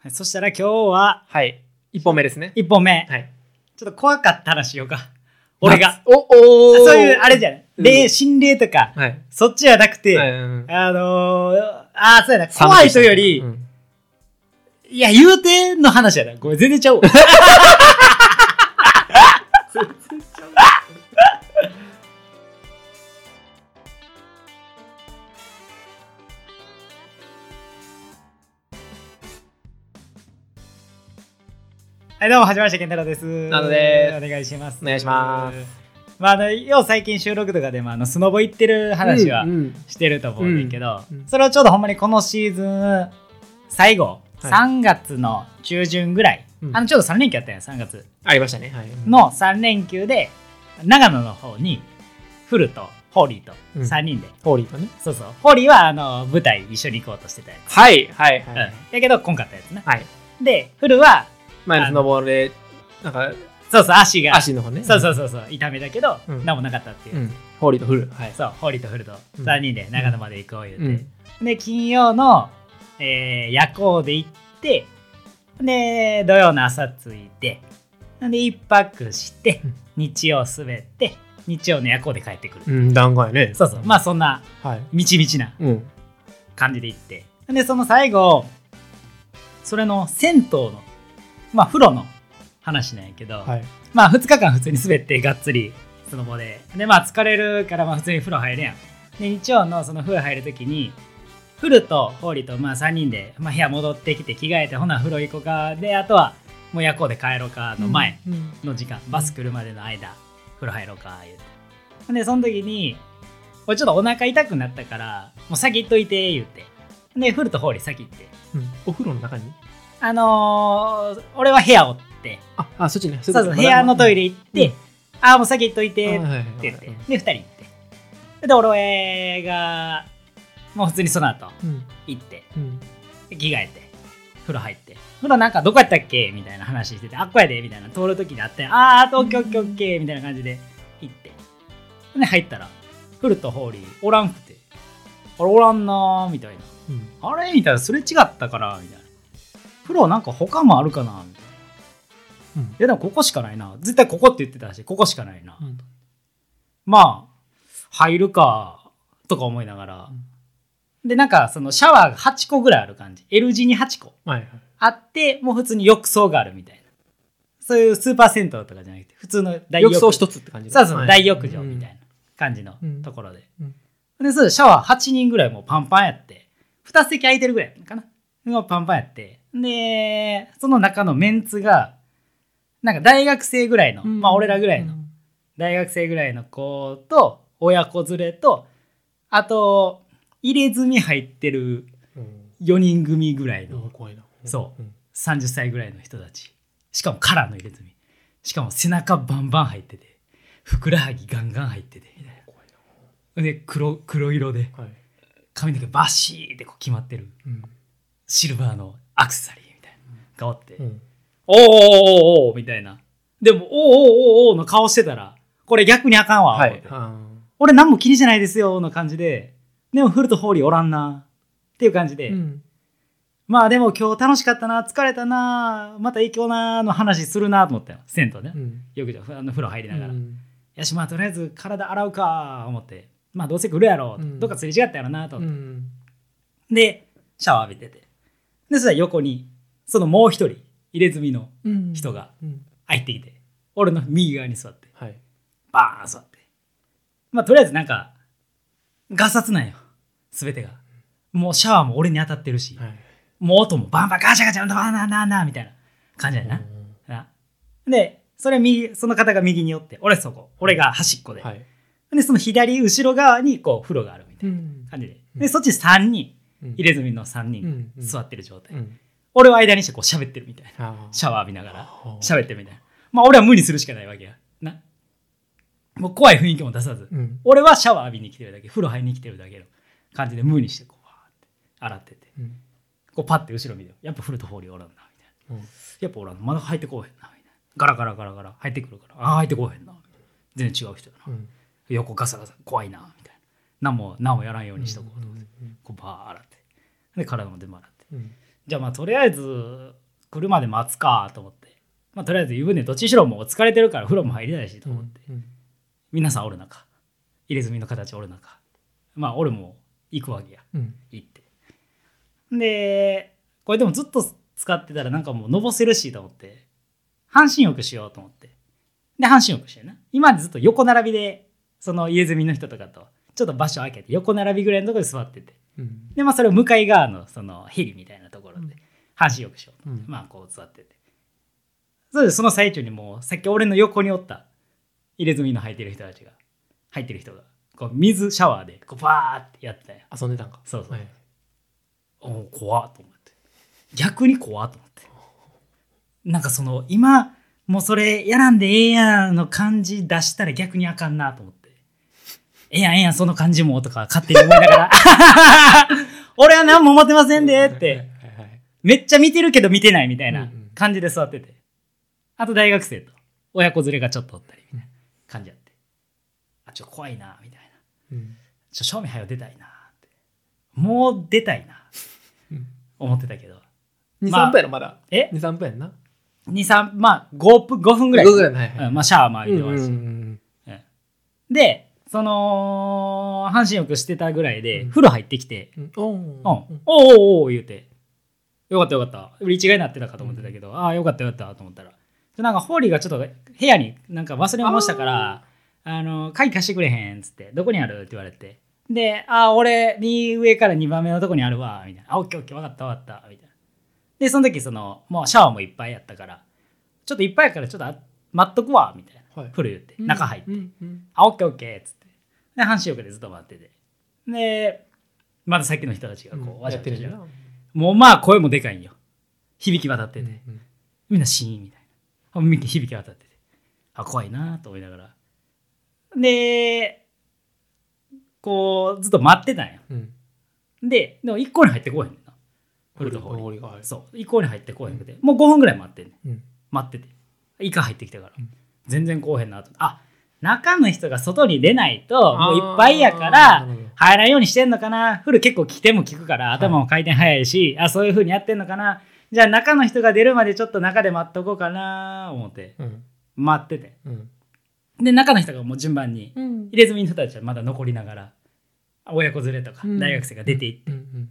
はいそしたら今日ははい。一本目ですね。 1本目、はい。ちょっと怖かった話しようか。俺が。。おおーそういう、あれじゃない、うん霊、心霊とか、はい。そっちじゃなくて、うんあのー、あーそうやな、怖いというより、うんいや、言うてんの話やな。ごめん、全然ちゃうわ。はい、どうも、はじめまして、健太郎です。なのですお願いします。。お願いしますまあ、あの、よう最近収録とかでも、あの、スノボ行ってる話はうんうんしてると思うねんだけど、うんうんそれをちょうどほんまにこのシーズン最後、はい3月の中旬ぐらい、うんあのちょうど3連休やったんや3月ありましたね。はい。の3連休で長野の方にフルとホーリーとうん3人で、ホーリーとね。そうそうホーリーはあの舞台一緒に行こうとしてたやつ、はいはいはうん。いやけどこんかったやつなはい。でフルは前あののスノボーで、なんか、そうそう足が足の方ね。そうそうそうそう痛めだけど、うん何もなかったっていう、うん。ホーリーとフル。はい。そうホーリーとフルとうん3人で長野まで行こう言うて、うん。で金曜の、えー夜行で行ってで土曜の朝着いてで1泊してうん日曜滑って日曜の夜行で帰ってくる、うん、段階ね。そうそうまあそんなあ。はい。みちみちなうん。感じで行ってでその最後それの銭湯のまあ風呂の話なんやけど、はい。まあ2日間普通に滑ってがっつりスノボででまあ疲れるからまあ普通に風呂入るやんで日曜のその風呂入るときにフルとホーリーとまあ3人で、まあ、部屋戻ってきて着替えてほな風呂行こうかであとはもう夜行で帰ろうかの前うん。の時間、バス来るまでの間風呂入ろうか言うてでその時に俺ちょっとお腹痛くなったからもう先行っといて言うてでフルとホーリー先行ってうんお風呂の中にあのー俺は部屋おってあ、あ、そっちね。そうそう部屋のトイレレ行って、ああもう先行っといてはいはいっはいて言って、で、2人行って。で、俺が、もう普通にその後うん。行って、うん。で着替えて、風呂入って。風呂なんかどこやったっけみたいな話してて、あっこやでみたいな、通る時にあって、あーあと、オッケーオッケーオッケーみたいな感じで行って。で、入ったら、フルとホーリーおらんくて、あれおらんなーみたいな。うん。あれみたいな、すれ違ったから、みたいな。風呂なんか他もあるかなみたいな。うんいやでもここしかないな。絶対ここって言ってたし、ここしかないな。うん。まあ、入るか、とか思いながら。で、なんか、そのシャワーが8個ぐらいある感じ。L 字に8個はいはい。あって、もう普通に浴槽があるみたいな。そういうスーパー銭湯とかじゃなくて、普通の大浴浴槽一つって感じそうそう、大浴場みたな。いな感じのところで。うんで、そうシャワー8人ぐらいもうパンパンやって、2席空いてるぐらいかな。もうパンパンやって。で、その中のメンツが、なんか大学生ぐらいの、うんまあ俺らぐらいのうん大学生ぐらいの子と親子連れとあと入れ墨入ってるうん4人組ぐらいの怖いな。。そううん30歳ぐらいの人たちしかもカラーの入れ墨しかも背中バンバン入っててふくらはぎガンガン入っててみたい怖いなで黒黒色でな。はい。髪の毛バシーってこう決まってるうん。シルバーのアクセサリーみたいなのがおって、うん。おーおーおーおーみたいなでもおーおーおーおーの顔してたらこれ逆にあかんわ、は思っいて。あ俺何も気にしてないですよの感じで、でもフルとホーリーおらんなっていう感じで、ーうん。まあでも今日楽しかったな、疲れたな、また行こうなの話するなと思ったよ、銭湯ねう。ん。よくじゃあの風呂入りながら。うよんし、まあとりあえず体洗うか、思って。まあどうせ来るやろ、うんどっかすれ違ったやろなとう思って、ん。で、シャワー浴びてて。で、そしたら横に、そのもう一人、入れ墨のうん人がうん。入ってきて、俺の右側に座って、はい。バーン座って。まあとりあえずなんか、ガサツなんよ。すべてが。もうシャワーも俺に当たってるし、はい。もう音もバンバンガチャガチャバンバンバンバンみたいな感じだよな。なで、それ右、その方が右に寄って、俺そこ、俺が端っこで。はい。で、その左後ろ側にこう風呂があるみたいんな。感じで。うんで、そっち3人、入入れ墨の3う人ん。座っってる状態。うん。俺は間にしてこう喋ってるみたいな。あシャワー浴びながら。あ。喋ってみたいな。まあ俺は無にするしかないわけや。な。もう怖い雰囲気も出さず。うん。俺はシャワー浴びに来てるだけ、風呂入りに来てるだけの感じで無にしてこう、わーって洗ってて。うん。こうパッて後ろ見て、やっぱ風呂と放流おらんな、みたいな。うんやっぱおらんな、まだ入ってこうへんな、みたいな。ガラガラガラガラ入ってくるから、ああー、入ってこうへんな。みたいな全然違う人やな。うん。横ガサガサ、怖いな、みたいな。なんも、なんもやらんようにしとこうと思って。こうバー洗って。で、体も全部洗って。うん。じゃあまあとりあえず来るまで待つかと思って、まあ、とりあえず湯船どっちにしろもう疲れてるから風呂も入りたいしと思って、うん皆さんおる中入れ墨の形おる中まあ俺も行くわけやうん行ってでこれでもずっと使ってたらなんかもうのぼせるしと思って半身浴しようと思ってで半身浴してな今までずっと横並びでその入れ墨の人とかとちょっと場所空けて横並びぐらいのところで座っててうんでまあそれを向かい側のそのヘリみたいなところで半身浴しようと思って、うんまあこう座っててそうでその最中にもうさっき俺の横におった入れ墨の入ってる人たちが入ってる人がこう水シャワーでこうバーってやってたんや遊んでたんかそうそうはいおう怖っと思って逆に怖っと思ってなんかその今もうそれやらんでええやんの感じ出したら逆にあかんなと思ってええやんええやんその感じもとか勝手に思いながら 俺は何も思ってませんでってはいはいはいめっちゃ見てるけど見てないみたいなうんうん感じで座っててあと大学生と親子連れがちょっとおったりみたいな感じやってあちょ怖いなみたいなうんちょ正味はよ出たいなってもう出たいなうん思ってたけどまあ23分やろまだえ23分やんな23まあ5分5分ぐらい5分ぐらいのはいはいうんまあシャワーも浴びうてん終わうんるし、うんでその半身浴してたぐらいで、うん風呂入ってきてうん「おうん、ーおうおうおう言うて「よかったよかった」俺一概になってたかと思ってたけど、ああよかったよかったと思ったらでなんかホーリーがちょっと部屋になんか忘れ物したから「あの鍵貸してくれへん」っつって「どこにある?」って言われてで「ああ俺に上から2番目のとこにあるわ」みたいな「あオッケーオッケー分かった分かった」みたいなでその時そのもうシャワーもいっぱいやったから「ちょっといっぱいやからちょっとあ待っとくわ」みたいなはい風呂言って中入って。うんうんあ、オッケーオッケーっつって。で、半身浴でずっと待ってて。で、まださっきの人たちがこう、わちゃやわちっゃてるわしちゃなもうまあ声もでかいんよ。響き渡ってて。うんみんなシーンみたいな。あ見て響き渡ってて。あ、怖いなと思いながら。で、こう、ずっと待ってたんよ。うんで、でも一向に入ってこうへんねんな。フルトホーリー俺がはいそう、一向に入ってこうへんくて。もう5分ぐらい待ってんねん。うん待っててイカ入ってきたから、うん全然来おへんなとあ中の人が外に出ないともういっぱいやかあーらなるほど入らんようにしてんのかなフル結構来ても聞くから頭も回転早いし、あそういう風にやってんのかなじゃあ中の人が出るまでちょっと中で待っとこうかな思ってうん待っててうんで中の人がもう順番にうん入れ墨の人たちはまだ残りながら親子連れとかうん大学生が出ていって、うん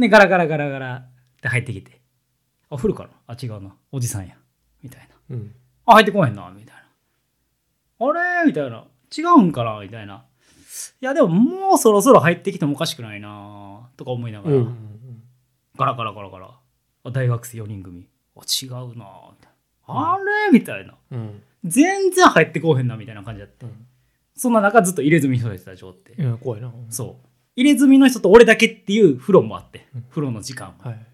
でガラガラガラガラって入ってきて「あフルかなあ違うなおじさんや」みたいな。うんうんあ、入ってこへんな、みたいな。あれみたいな。違うんかなみたいな。いや、でももうそろそろ入ってきてもおかしくないなとか思いながら、うんうんガラガラガラガラ。あ大学生4人組。あ、違うなみたいな。あれみたいな。うん全然入ってこへんな、みたいな感じだった。うんそんな中ずっと入れ墨の人たちたちおって。いや怖いなうんそう。入れ墨の人と俺だけっていう風呂もあってうん。風呂の時間も。はい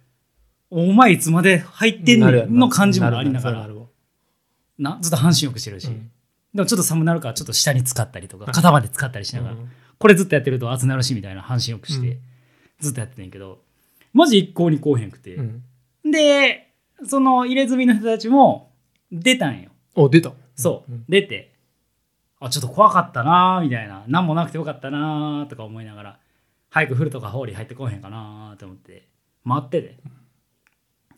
お前いつまで入ってんなるやねろんの感じもありながなら。るわな、ずっと半身浴してるし。でもちょっと寒なるからちょっと下に使ったりとか肩まで使ったりしながら、これずっとやってると熱なるしみたいな半身浴して、うんずっとやってんやけどマジ一向にこうへんくてう、んでその入れ墨の人たちも出たんよお出たそう、うん出てあちょっと怖かったなーみたいな何もなくてよかったなーとか思いながら早くフルとかホーリー入ってこうへんかなーと思って待ってて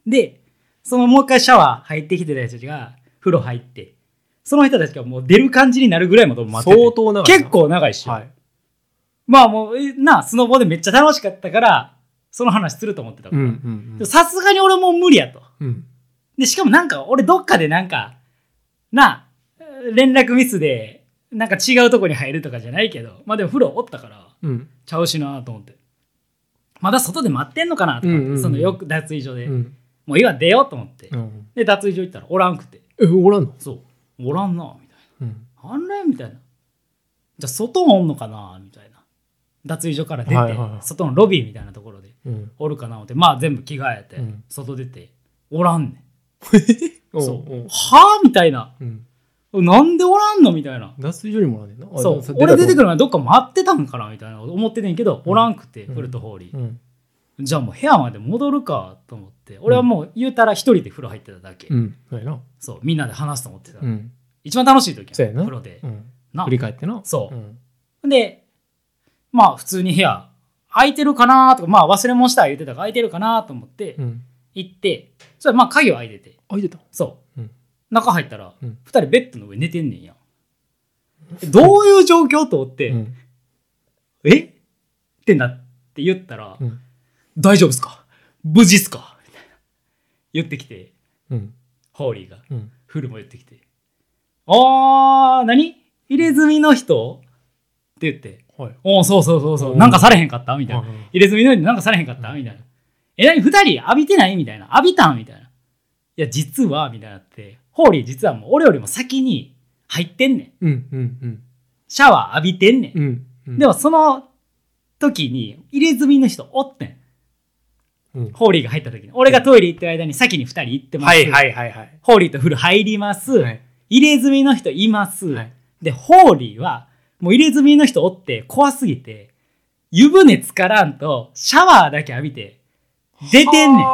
でそのもう一回シャワー入ってきてた人たちが風呂入ってその人たちがもう出る感じになるぐらいまで待ってて相当長いな結構長いっしょ、はいまあもうえなスノボでめっちゃ楽しかったからその話すると思ってたうかんらうでんもさすがに俺もう無理やとうんで、しかもなんか、俺どっかでなんか、なあ、連絡ミスで、なんか違うとこに入るとかじゃないけど、まあでも風呂おったから、うんちゃうしなと思って。まだ外で待ってんのかなとか、うんうんうんそのよく脱衣所で、うんもう今出ようと思って。うんで、脱衣所行ったらおらんくて。えおらんのそう。おらんなみたいうんな。あれみたいな。じゃあ外おんのかなみたいな。脱衣所から出て、はいはい外のロビーみたいなところでうんおるかな思って、まあ全部着替えて、うん外出て、おらんねん。 そおうおうう。はあみたいな。うんなんでおらんのみたいな。脱衣所にもおらんねんなあそうでも。俺出てくるるのはどっか待ってたんかなみたいな思っててんけど、おらんくて、うんフルトホーリー。うんじゃあもう部屋まで戻るかと思って、俺はもう言うたら一人で風呂入ってただけ。うんそうやなそう、みんなで話すと思ってた。うん一番楽しい時そうやな風呂でう。んな振り返ってなそうんう。で、まあ普通に部屋空いてるかなとか、まあ忘れ物したら言ってたから空いてるかなと思ってう、ん行って、それまあ鍵は開いててあ、いてた。そう、うん中入ったら、う二ん2人ベッドの上寝てんねんやどういう状況と思って、うん。えってなって言ったら、うん。大丈夫っすか無事っすかみたいな言ってきてうん。ホーリーがうん。フルも言ってきて「あー何入れ墨の人?」って言ってはい。 「おおそうそうそうそううんなんかされへんかった?」みたいなはいはい「入れ墨の人なんかされへんかった?」うんみたいな「え何二人浴びてない?」みたいな「浴びたん?」みたいな「いや実は」みたいなってホーリー実はもう俺よりも先に入ってんねんうん。うん。シャワー浴びてんねんう、ん。うん。でもその時に入れ墨の人おってんうん、ホーリーが入った時に俺がトイレ行ってる間に先に2人行ってます、はいはいはいはい。ホーリーとフル入ります、はい。入れ墨の人います、はいでホーリーはもう入れ墨の人おって怖すぎて湯船つからんとシャワーだけ浴びて出てんねんはあ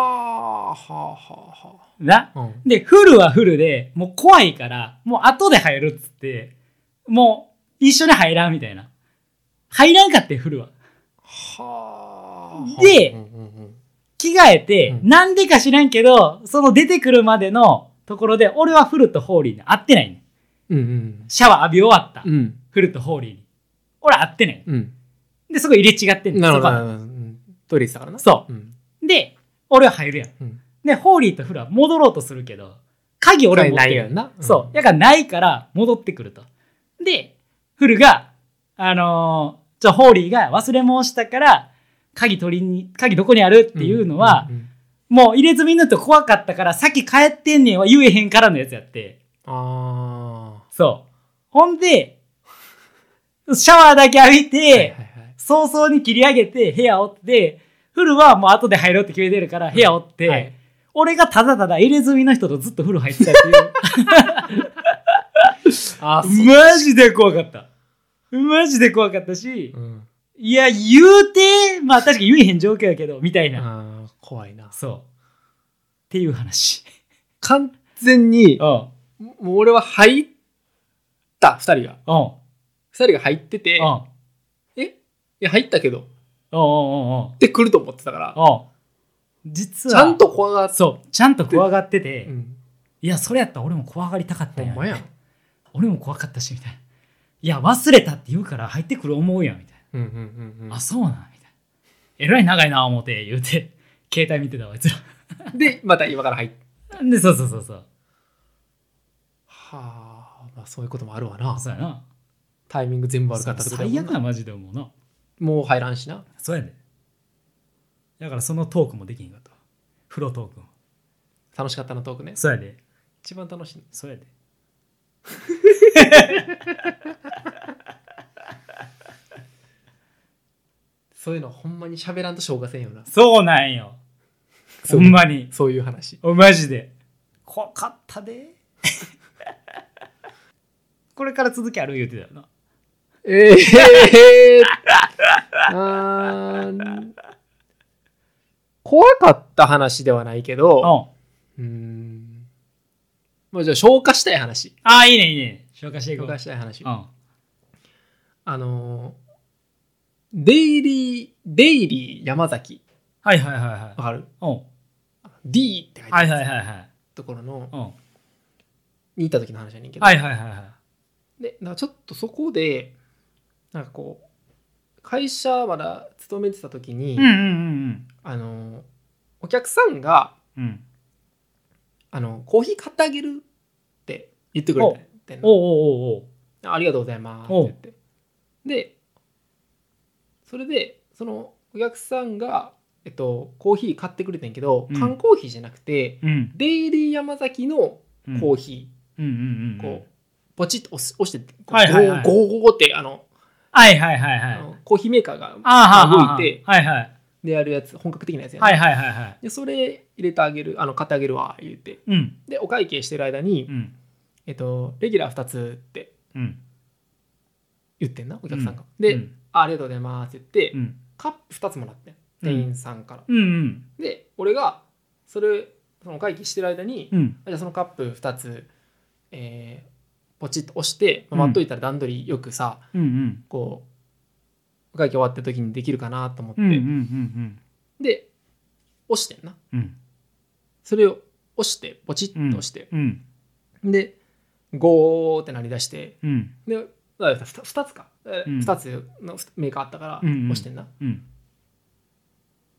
はあはなあはあ。うん。でフルはフルでもう怖いからもう後で入るっつってもう一緒に入らんみたいな入らんかってフルははあ。でうんうんうん着替えて、うんなんでか知らんけどその出てくるまでのところで俺はフルとホーリーに会ってないねんうんシャワー浴び終わった、うん。うん。フルとホーリーに俺会ってないうん。で、そこ入れ違ってんのなるほそど。こなはるほどうんトイレ行ってたからな。。そううん。で、俺は入るやん。うん。で、ホーリーとフルは戻ろうとするけど、鍵俺持っなているよ。な。んそう。。だからないから戻ってくると。で、フルが、あのー、ちょ、ホーリーが忘れ物したから、鍵取りに、鍵どこにあるっていうのは、んんんもう入れ墨のと怖かったから、先帰ってんねんは言えへんからのやつやって。あそう。ほんで、シャワーだけ浴びて、あ。はいはいはい早々に切り上げて部屋おってフルはもう後で入ろうって決めてるから部屋おって、はい俺がただただ入れ墨の人とずっとフル入ってたっていう ああ、そうマジで怖かったマジで怖かったし、うん。いや言うてまあ確かに言えへん状況やけどみたいな、ああ、怖いな。そうっていう話完全に、うんもう俺は入った、二人が。うん二人が入ってて、うんうんえいや、入ったけど、うんうんって来ると思ってたから、うん実ちはゃんと怖がって。そうちゃんと怖がってて、うん。いやそれやったら俺も怖がりたかったんほやんまやん。俺も怖かったしみたいな「いや忘れた」って言うから入ってくる思うやんみたいうんうんうんな「あそうなん」みたいな「えらい長いな思て」言うて携帯見てたわあいつらうん。で、また今から入って。でそうそうそうそうはあ、まあそういうこともあるわなあ。そうやなタイミング全部悪かったってことやもん最悪なマジで思うなもう入らんしな。そうやでだからそのトークもできへんかったわ風呂トークも楽しかったな、トークね。そうやで一番楽しい。そうやでそういうのほんまに喋らんと消化せんよな。そうなんよほんまにそういう話。おマジで怖かったで これから続きある言うてたよなええ あー怖かった話ではないけど、うんうーん。まあじゃあ消化したい話。ああいいねいいね紹介していこ消う化したい話。うんあのー、デイリー、デイリー山崎。はいはいはいはいわ。かるうん ?D って書いてあはいるはいはいはい。ところの、うんにいた時の話やねんけど。はいはいはいはい。でなんかちょっとそこでなんかこう会社まだ勤めてた時に、うんうんうんあのお客さんがうん。うん。あの「コーヒー買ってあげる」って言ってくれてんのおうおうおうありがとうございます」って言ってでそれでそのお客さんが、えっと、コーヒー買ってくれてんけど、うん缶コーヒーじゃなくてうん。デイリー山崎のうん。コーヒうんうんうん。ー、こうポチッと押す押してこうはいはいはいゴーゴーゴーってあのはいはいはいはあい。のコーヒーメーカーがあーはーはーは動いてーはいはい。でやるやつ本格的なやつやね、はいはいはいはい。でそれ入れてあげるあの買ってあげるわ言ってうんでお会計してる間に、うんえっと、レギュラー2つってうん。言ってんなお客さんが、うで、んあ「ありがとうございます」って言って、うんカップ2つもらってん店員さんから、うんうんで俺がそれそのお会計してる間に、うん。あじゃあそのカップ2つ、えーポチッと押してうん待っといたら段取りよくさ、うんうんこうお会計終わった時にできるかなと思って、うんうんうんうんで押してんなうんそれを押してポチッと押して、うんでゴーってなりだしてうんであふた2つか、えうん2つのふメーカーあったからうんうん押してんな、うん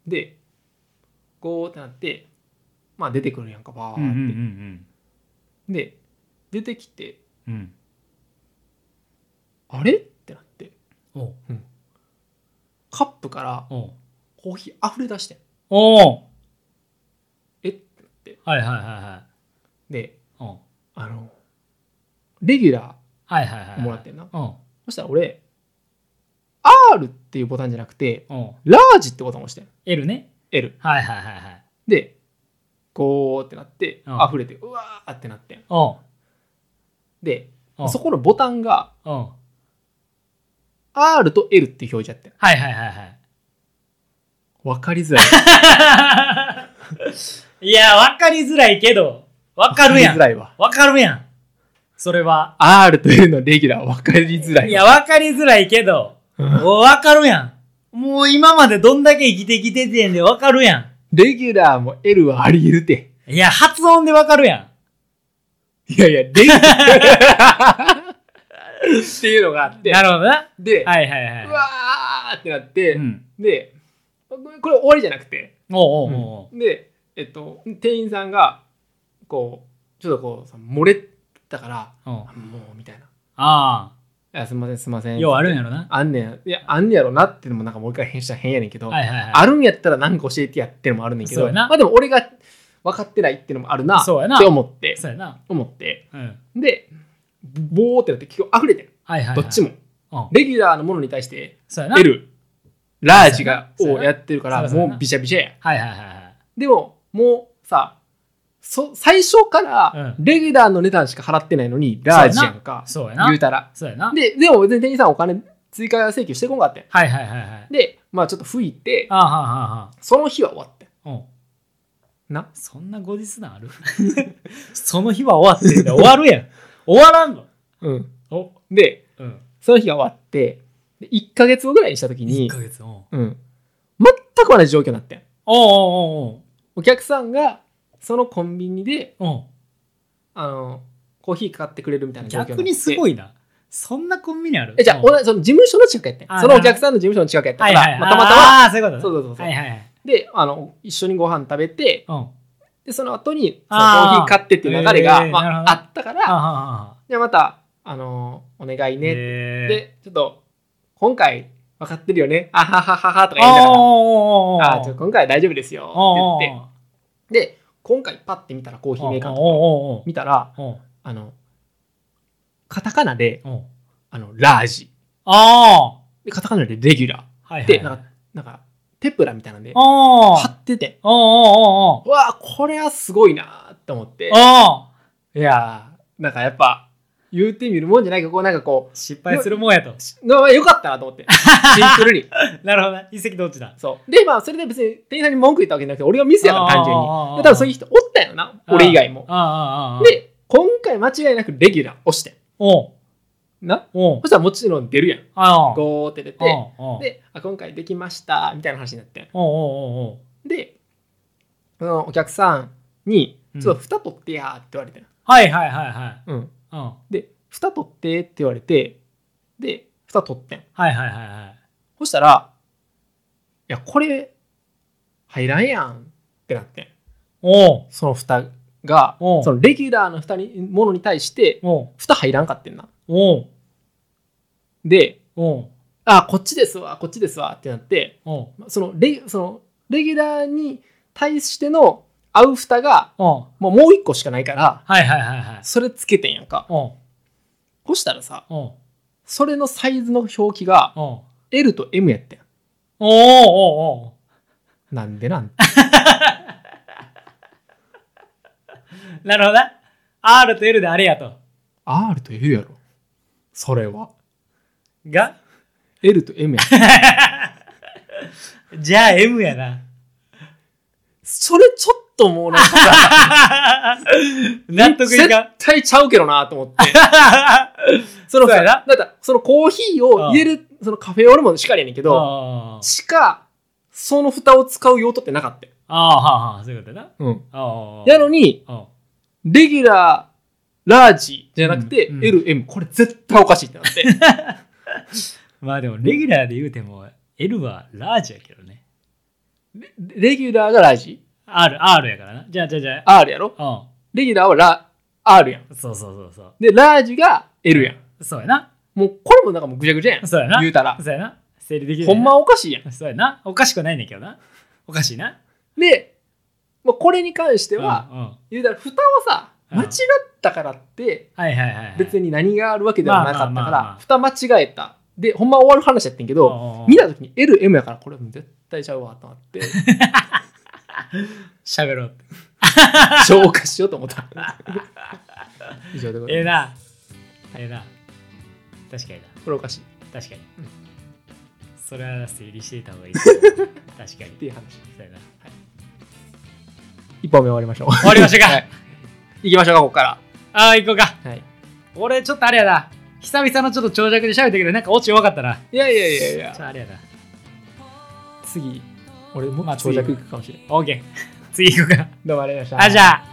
でゴーってなってまあ出てくるやんかバーっうて、んうんうんで出てきてうんうんあれってなっておうカップからおうコーヒー溢れ出してんおうえってなってはいはいはいはいでおうあのレギュラはいはいはいはーいもらってんな、おうそしたら俺 R っていうボタンじゃなくておうラージってボタンを押してん L ね L はいはいはいはいでゴーってなってうん溢れてうわーってなってんおうでおうそこのボタンがおう R と L っていう表示やってんはいはいはいはい 分かりづらいいや、わかりづらいけど、わかるや分かりん。づらいわわかるやん。それは。 R と L のレギュラー分かりづらいいや、わわかりづらいけど、わかるやん。もう今までどんだけ生きてきててんでわかるやレギュラーも L はあり得るてん。いや、発音でわかるやん。いやいやレギュラーっていうのがあってなるほどな。はで、。いはいはいうわーってなって、うん。でこれこれ終わりじゃなくておうおうおうで、えっと、店員さんがこうちょっとこうさ漏れたからおう。あもうみたいなあ「いやすみませんすみませあ、ん」ようあるんやろな。あんねんいやあんねやろなってのもなんかもう一回返したら変やねんけど、はいはいはあるんやったら何か教えてやってのもあるねんけそうどやなまあでも俺が分かってないってのもあるなっそうやなて思ってい。そうやな。思ってうん。でボーってなって結構溢れてるはいはいはい。どっちもも。レギュラーのものに対してそうやな。 L ラージがそうやをなやってるからそうやなもうビシャビシャやはいはいはでももうさそ最初からうレギュラーの値段しか払ってないのにラージやんい。かそうやな言う。たらそうやな。ででも全然店員さんお金追加請求してこんかってんはいはいはいはい。でまあちょっと吹いてああはあはあはあ。その日は終わってんうんなそんな後日談ある その日は終わってんだよ終わる やん終わらんのうんおでうんその日が終わってで1ヶ月後ぐらいにした時1にヶ月おううん全く同じ状況になってんおうお客さんがそのコンビニでおうおうおあのコーヒー買ってくれるみたいうな状況になって逆にすごいなそんなコンビニあるえじゃあおう同じその事務所の近くやってんあそのお客さんの事務所の近くやったはかいら、はいはいまあたまたまあーそういうことねそうそうそうそうはいはいはいであの一緒にご飯食べておうでその後にそのコあーーヒー買ってっていう流れが、えーまなるほあ、どあったからあはあはあじゃあまた、あのーお願いね、へーでちょっと今回分かってるよねあははははとか言いながらおうおうおうおうあーちょっと今回大丈夫ですよおうおうって言ってで今回パッて見たらコーヒーメーカーおうのとこおうおう見たらおうあのカタカナでおうあのラージあでカタカナでレギュラーはいはーでいなはんいかなんかテプラみたいなんで貼おうおうってておうおうおううわあこれはすごいなーって思っておういやーなんかやっぱ言うてみるもんじゃないけどこうなんかこ失敗するもんやとうしまあよかったなと 思ってシンプルになるほどな一石どっちだそうでまあそれで別に店員さんに文句言ったわけじゃなくて俺がミスやから単純にあーあーあーで多分そういう人おったよなあー俺以外もああああああで今回間違いなくレギュラー押しておうんなおうそしたらもちろん出るやんああゴーって出ておうであ今回できましたみたいな話になっておうおうおうおうでそのお客さんにう「んちょっと蓋取ってや」って言われてはいはいはいはいうんうんで、蓋取ってって言われて、で、蓋取ってん。はいはいはいはいそしたら、いや、これ、入らんやんってなってん。おうその蓋が、おうそのレギュラーの蓋に、ものに対して、おう蓋入らんかってんな。おうで、おうあ、こっちですわ、こっちですわってなって、おうそのレギそのレギュラーに対しての合う蓋が、おうもうもう一個しかないから、はいはいはいはいそれつけてんやんか。おうそしたらさ、おうそれのサイズの表記がおう L と M やってん。おうおうおうなんでなんなるほどな R と L であれやと R と L やろそれはが L と M やろじゃあ M や なそれちょっともうなんか 納得い絶かん対ちゃうけどなと思ってその そうやなだからそのコーヒーを入れるそのカフェオレもしかりやねんけどああしかその蓋を使う用途ってなかったよああはあはあそういうことやなうん、ああやのにあレギュラーラージじゃなくて、うんうん LM これ絶対おかしいって なってまあでもレギュラーで言うても L はラージやけどねレレギュラーがラージ R, R やからなじゃあじゃあじゃ R やろあレギュラーはラ R やんうんそうそうそうそうでラージが L やんそうやなもうこれもなんかもうぐちゃぐちゃやんそうやな言うたらそうやな生理的ほんまおかしいやんそうやなおかしくないねんけどなおかしいなで、まあ、これに関してでは、うんうん、言うたら蓋はさうん間違ったからってはいはいはいはい別に何があるわけではなかっまあたかまあまあまらあ蓋間違えたでほんま終わる話やってんけうどんうん見た時に LM やからこれ絶対ちゃうわと思って喋ろうって 消化しようと思った以上でござええいまなええな確かになすこれおかしいっ確かに、うんそれは整理していた方がいい 確かにていう話そうやな一本目終わりましょう終わりましょうかはい行きましょうかここかああ行こうからはい俺ちょっとあれやな久々のちょっと長尺で喋ったけどなんかオチ弱かったないやいやいやいちょっとやあれやな次俺もまあ長尺いくかもしれないオーケー次行こうかどうもありがとうございましたあじゃあ